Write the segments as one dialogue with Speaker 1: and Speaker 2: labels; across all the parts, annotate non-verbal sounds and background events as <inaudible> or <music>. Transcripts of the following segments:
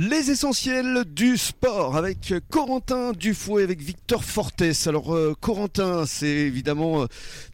Speaker 1: Les essentiels du sport avec euh, Corentin Dufouet, avec Victor Fortes. Alors euh, Corentin, c'est évidemment euh,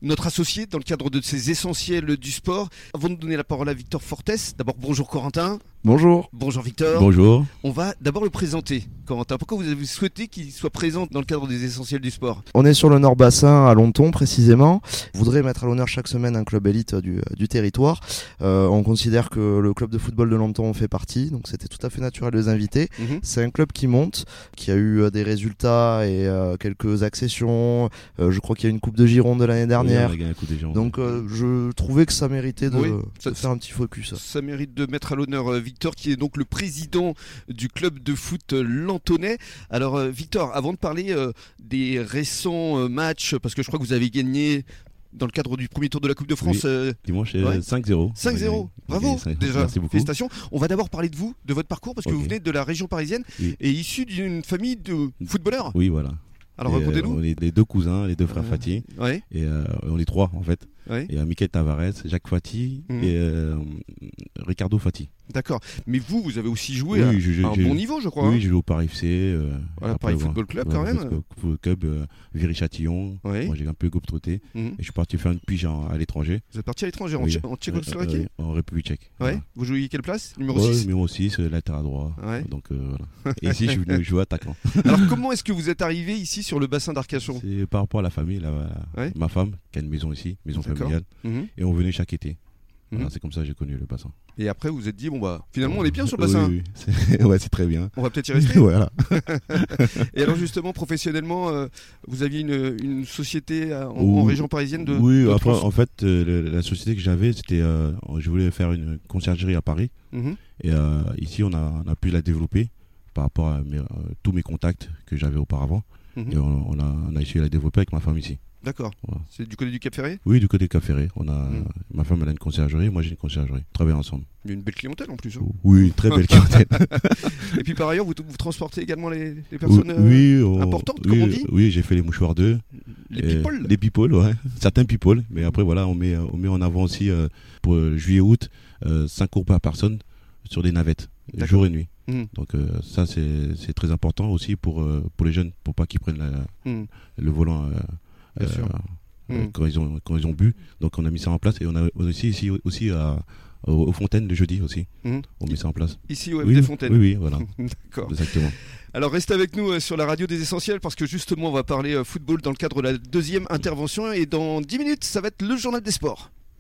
Speaker 1: notre associé dans le cadre de ces essentiels du sport. Avant de donner la parole à Victor Fortes, d'abord bonjour Corentin.
Speaker 2: Bonjour.
Speaker 1: Bonjour Victor.
Speaker 2: Bonjour.
Speaker 1: On va d'abord le présenter, Corentin. Pourquoi vous avez souhaité qu'il soit présent dans le cadre des essentiels du sport
Speaker 2: On est sur le Nord Bassin, à Lonton précisément. Je voudrais mettre à l'honneur chaque semaine un club élite du, du territoire. Euh, on considère que le club de football de Lonton en fait partie, donc c'était tout à fait naturel de les inviter.
Speaker 1: Mhm.
Speaker 2: C'est un club qui monte, qui a eu euh, des résultats et euh, quelques accessions. Euh, je crois qu'il y a une Coupe de Gironde de l'année dernière.
Speaker 3: Oui, on a gagné un coup déjà, on-
Speaker 2: Donc euh, je trouvais que ça méritait de,
Speaker 1: Oui,
Speaker 2: de
Speaker 1: ça-
Speaker 2: faire un petit focus.
Speaker 1: Ça mérite de mettre à l'honneur euh, Victor, qui est donc le président du club de foot euh, Lantonnais. Alors, euh, Victor, avant de parler euh, des récents euh, matchs, parce que je crois que vous avez gagné dans le cadre du premier tour de la Coupe de France euh,
Speaker 3: Dimanche, euh,
Speaker 1: Ouais.
Speaker 3: 5-0.
Speaker 1: 5-0.
Speaker 3: On a
Speaker 1: Bravo,
Speaker 3: gagné 5-0.
Speaker 1: déjà.
Speaker 3: Merci beaucoup.
Speaker 1: Félicitations. On va d'abord parler de vous, de votre parcours, parce que
Speaker 3: Ok.
Speaker 1: vous venez de la région parisienne
Speaker 3: Oui.
Speaker 1: et issu d'une famille de footballeurs.
Speaker 3: Oui, voilà.
Speaker 1: Alors,
Speaker 3: Et, euh,
Speaker 1: racontez-nous.
Speaker 3: on est les deux cousins, les deux frères
Speaker 1: Ouais.
Speaker 3: Fatih.
Speaker 1: Ouais,
Speaker 3: Et euh, on est trois, en fait.
Speaker 1: ouais,
Speaker 3: Et euh, Michael Tavares, Jacques Fatih
Speaker 1: Mhm.
Speaker 3: et euh, Ricardo Fatih.
Speaker 1: d'accord. Mais vous, vous avez aussi joué à-
Speaker 3: je-
Speaker 1: à euh, un
Speaker 3: je-
Speaker 1: bon niveau, je crois.
Speaker 3: Oui,
Speaker 1: hein.
Speaker 3: je joue au Paris FC. euh,
Speaker 1: Voilà,
Speaker 3: après,
Speaker 1: Paris
Speaker 3: voilà.
Speaker 1: Football Club,
Speaker 3: Ouais,
Speaker 1: quand
Speaker 3: Paris
Speaker 1: même.
Speaker 3: Football Club, euh, Viry-Châtillon.
Speaker 1: Ouais.
Speaker 3: Moi, j'ai un peu globe-trotté.
Speaker 1: Mhm.
Speaker 3: Et je suis parti faire une pige en- à l'étranger.
Speaker 1: Vous êtes parti à l'étranger, en
Speaker 3: Oui.
Speaker 1: Tché- en Tchécoslovaquie
Speaker 3: Euh, euh, En République tchèque.
Speaker 1: Ouais.
Speaker 3: Voilà.
Speaker 1: Vous jouiez quelle place Numéro
Speaker 3: Ouais,
Speaker 1: 6
Speaker 3: numéro 6, euh, latéral droit.
Speaker 1: Ouais.
Speaker 3: Donc, euh, voilà. Et ici, je suis venu jouer attaquant.
Speaker 1: <laughs> Alors comment est-ce que vous êtes arrivé ici sur le bassin d'Arcachon
Speaker 3: C'est par rapport à la famille, là, voilà.
Speaker 1: Ouais.
Speaker 3: ma femme qui a une maison ici, maison
Speaker 1: D'accord.
Speaker 3: familiale,
Speaker 1: Mhm.
Speaker 3: et on venait chaque été. Voilà,
Speaker 1: Mhm.
Speaker 3: c'est comme ça que j'ai connu le bassin.
Speaker 1: Et après vous vous êtes dit, bon bah finalement on est bien sur le bassin,
Speaker 3: Oui, oui, c'est- <laughs> ouais, c'est très bien.
Speaker 1: on va peut-être y
Speaker 3: <laughs>
Speaker 1: rester.
Speaker 3: voilà.
Speaker 1: Et alors justement professionnellement, euh, vous aviez une, une société à- en,
Speaker 3: Ou-
Speaker 1: en région parisienne de...
Speaker 3: oui,
Speaker 1: de
Speaker 3: après,
Speaker 1: trans-
Speaker 3: en fait, euh, le- la société que j'avais, c'était, euh, je voulais faire une conciergerie à Paris,
Speaker 1: Mhm.
Speaker 3: et euh, ici, on a, on a pu la développer par rapport à mes- euh, tous mes contacts que j'avais auparavant,
Speaker 1: Mhm.
Speaker 3: et on, on a, on a essayé de la développer avec ma femme ici.
Speaker 1: D'accord.
Speaker 3: Voilà.
Speaker 1: C'est du côté du Cap Ferré
Speaker 3: Oui, du côté de Cap Ferré, on a,
Speaker 1: Mhm.
Speaker 3: ma femme elle a une conciergerie, moi j'ai une conciergerie, on travaille ensemble.
Speaker 1: Il y a une belle clientèle en plus. hein.
Speaker 3: Oui, très
Speaker 1: <laughs>
Speaker 3: belle clientèle.
Speaker 1: Et puis par ailleurs, vous, vous transportez également les, les personnes... euh,
Speaker 3: oui, on-
Speaker 1: importantes,
Speaker 3: oui,
Speaker 1: comme on dit
Speaker 3: Oui, j'ai fait les mouchoirs d'eux.
Speaker 1: Les
Speaker 3: Euh,
Speaker 1: people
Speaker 3: Les people, ouais. Certains people. Mais après, voilà, on met, on met en avant aussi euh, pour euh, juillet-août, 5 cours par personne sur des navettes,
Speaker 1: D'accord.
Speaker 3: jour et nuit.
Speaker 1: Mhm.
Speaker 3: Donc, euh, ça, c'est c'est très important aussi pour, euh, pour les jeunes, pour pas qu'ils prennent la-
Speaker 1: Mhm.
Speaker 3: le volant. euh,
Speaker 1: Bien sûr.
Speaker 3: euh,
Speaker 1: Mhm.
Speaker 3: Quand ils, ont, quand ils ont bu, donc on a mis ça en place et on a aussi ici aussi à, aux aux fontaines le jeudi aussi,
Speaker 1: Mhm.
Speaker 3: on met ça en place.
Speaker 1: Ici au
Speaker 3: oui,
Speaker 1: FD
Speaker 3: oui,
Speaker 1: Fontaine. <laughs>
Speaker 3: oui, voilà,
Speaker 1: D'accord.
Speaker 3: exactement.
Speaker 1: Alors restez avec nous euh, sur la radio des essentiels parce que hein, justement on va parler euh, football dans le cadre de la deuxième intervention et dans 10 minutes ça va être le journal des sports.